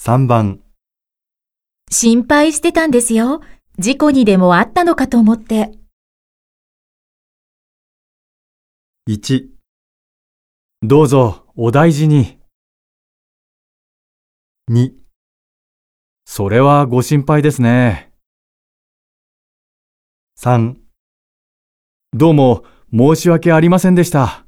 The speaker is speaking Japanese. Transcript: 3番、心配してたんですよ。事故にでもあったのかと思って。 1、どうぞ、お大事に。 2、それはご心配ですね。 3どうも、申し訳ありませんでした。